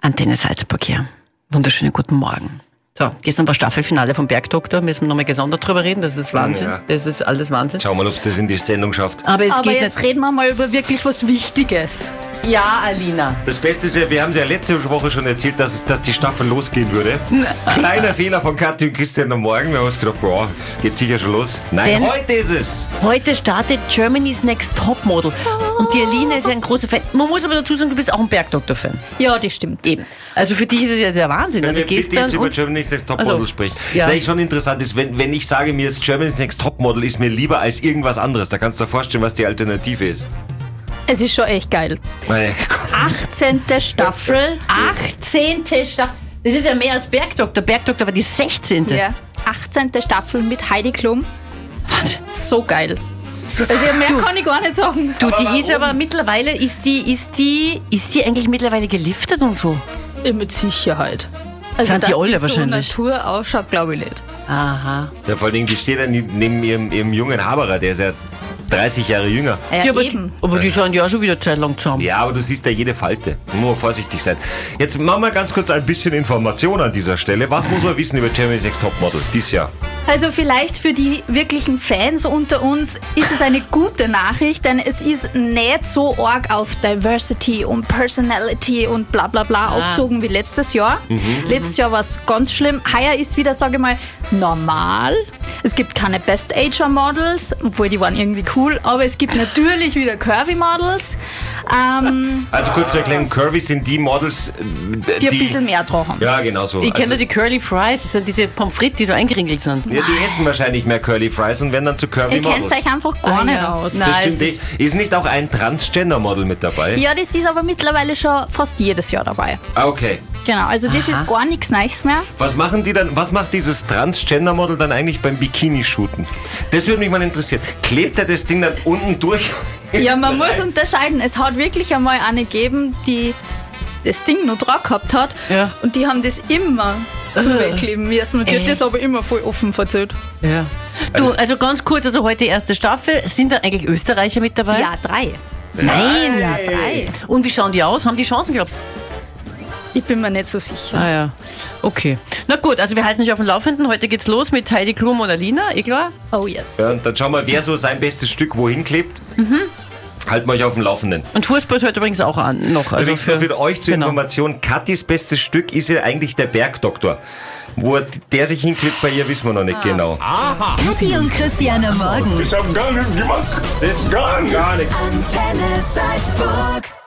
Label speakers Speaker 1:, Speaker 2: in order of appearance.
Speaker 1: Antenne Salzburg hier. Wunderschönen guten Morgen. So, gestern war Staffelfinale vom Bergdoktor, müssen wir nochmal gesondert drüber reden, das ist Wahnsinn.
Speaker 2: Ja.
Speaker 1: Das ist alles Wahnsinn.
Speaker 2: Schau mal, ob es das in die Sendung schafft.
Speaker 1: Aber es
Speaker 3: Aber
Speaker 1: geht
Speaker 3: jetzt reden wir mal über wirklich was Wichtiges.
Speaker 1: nicht. Ja, Alina.
Speaker 2: Das Beste ist ja, wir haben es ja letzte Woche schon erzählt, dass, dass die Staffel losgehen würde. Kleiner Fehler von Kathi und Christian am Morgen. Wir haben uns gedacht, boah, es geht sicher schon los. Nein,
Speaker 1: Denn-
Speaker 2: heute ist es.
Speaker 1: Heute startet Germany's Next Topmodel. Und die Alina ist ja ein großer Fan. Man muss aber dazu sagen, du bist auch ein Bergdoktor-Fan.
Speaker 3: Ja, das stimmt.
Speaker 1: Eben. Also für dich ist es ja sehr Wahnsinn.
Speaker 2: Wenn
Speaker 1: Also
Speaker 2: wir bitte jetzt
Speaker 1: gestern.
Speaker 2: über
Speaker 1: Und,
Speaker 2: Germany's Next Topmodel
Speaker 1: Also,
Speaker 2: sprechen.
Speaker 1: ja.
Speaker 2: Was eigentlich schon interessant ist, wenn, wenn ich sage, mir ist Germany's Next Topmodel ist mir lieber als irgendwas anderes. Da kannst du dir vorstellen, was die Alternative ist.
Speaker 3: Es ist schon echt geil.
Speaker 2: Meine Gott.
Speaker 3: 18. Staffel. 18. Staffel.
Speaker 1: das ist ja mehr als Bergdoktor. Bergdoktor war die 16.
Speaker 3: Ja. 18. Staffel mit Heidi Klum. So geil. Also ja, mehr kann ich gar nicht sagen.
Speaker 1: Du, die ist aber mittlerweile, ist die, ist die, ist die eigentlich mittlerweile geliftet und so?
Speaker 3: Ja, Mit Sicherheit. Also,
Speaker 1: Sind die
Speaker 3: dass
Speaker 1: alle
Speaker 3: so
Speaker 1: wahrscheinlich?
Speaker 3: Natur ausschaut, glaube ich nicht.
Speaker 1: Aha.
Speaker 2: Ja, vor allen Dingen, die steht ja nie- neben ihrem, ihrem jungen Haberer, der ist ja 30 Jahre jünger.
Speaker 3: Ja,
Speaker 1: aber,
Speaker 3: eben.
Speaker 1: aber die schauen ja auch schon wieder Zeit lang zusammen.
Speaker 2: Ja, aber du siehst ja jede Falte. Nur vorsichtig sein. Jetzt machen wir ganz kurz ein bisschen Information an dieser Stelle. Was muss man wissen über Germany's Next Topmodel dies Jahr?
Speaker 3: Also vielleicht für die wirklichen Fans unter uns ist es eine gute Nachricht, denn es ist nicht so arg auf Diversity und Personality und bla bla bla aufzogen wie letztes Jahr. Mhm. Letztes Jahr war es ganz schlimm. Heuer ist wieder, sage ich mal, normal. Es gibt keine Best Ager Models, obwohl die waren irgendwie cool, aber es gibt natürlich wieder Curvy Models, ähm,
Speaker 2: Also kurz zur Erklärung, Curvy sind die Models, äh,
Speaker 3: die, ein bisschen mehr drauf haben.
Speaker 2: Ja, genau so.
Speaker 1: Ich kenne
Speaker 2: also,
Speaker 1: nur die Curly Fries, das sind diese Pommes frites, die so eingeringelt sind.
Speaker 2: ja, die essen wahrscheinlich mehr Curly Fries und werden dann zu Curvy
Speaker 3: Ihr kennt
Speaker 2: Models.
Speaker 3: euch einfach gar
Speaker 1: Ah,
Speaker 3: nicht
Speaker 1: ja.
Speaker 3: aus.
Speaker 1: Nein.
Speaker 2: das
Speaker 1: Ah,
Speaker 2: stimmt.
Speaker 1: es ist-
Speaker 2: Ist, ist nicht auch ein Transgender-Model mit dabei?
Speaker 3: Ja, das ist aber mittlerweile schon fast jedes Jahr dabei.
Speaker 2: Ah, Okay.
Speaker 3: Genau, also das ist gar nichts Neues mehr.
Speaker 2: Was machen die dann, was macht dieses Transgender-Model dann eigentlich beim Bikini-Shooten? Das würde mich mal interessieren. Klebt er das Ding dann unten durch?
Speaker 3: Ja, man
Speaker 2: Nein.
Speaker 3: muss unterscheiden. Es hat wirklich einmal eine gegeben, die das Ding noch dran gehabt hat.
Speaker 1: Ja.
Speaker 3: Und die haben das immer zuwegkleben müssen. Und die
Speaker 1: Äh.
Speaker 3: hat das aber immer voll offen verzählt.
Speaker 1: Ja. Du, also ganz kurz, also heute erste Staffel. Sind da eigentlich Österreicher mit dabei?
Speaker 3: Ja, drei.
Speaker 1: Nein!
Speaker 3: Ja, drei.
Speaker 1: Und wie schauen die aus? Haben die Chancen, glaubst du?
Speaker 3: Ich bin mir nicht so sicher.
Speaker 1: Ah ja, okay. Na gut, also wir halten euch auf dem Laufenden. Heute geht's los mit Heidi Klum und Alina, eh klar?
Speaker 3: Oh yes.
Speaker 2: Ja, und dann schauen wir, wer so sein bestes Stück wohin klebt.
Speaker 1: Mhm.
Speaker 2: Halten wir euch auf dem Laufenden.
Speaker 1: Und Fußball ist heute übrigens auch an, noch. Also
Speaker 2: Übrigens nur für euch zur
Speaker 1: genau.
Speaker 2: Information, Kathis bestes Stück ist ja eigentlich der Bergdoktor. Wo er- der sich hinklebt bei ihr, wissen wir noch
Speaker 1: Ah.
Speaker 2: nicht genau.
Speaker 4: Kathi und Christian am Morgen.
Speaker 5: Ich hab gar nichts gemacht. Gar nichts.
Speaker 4: Antenne Salzburg.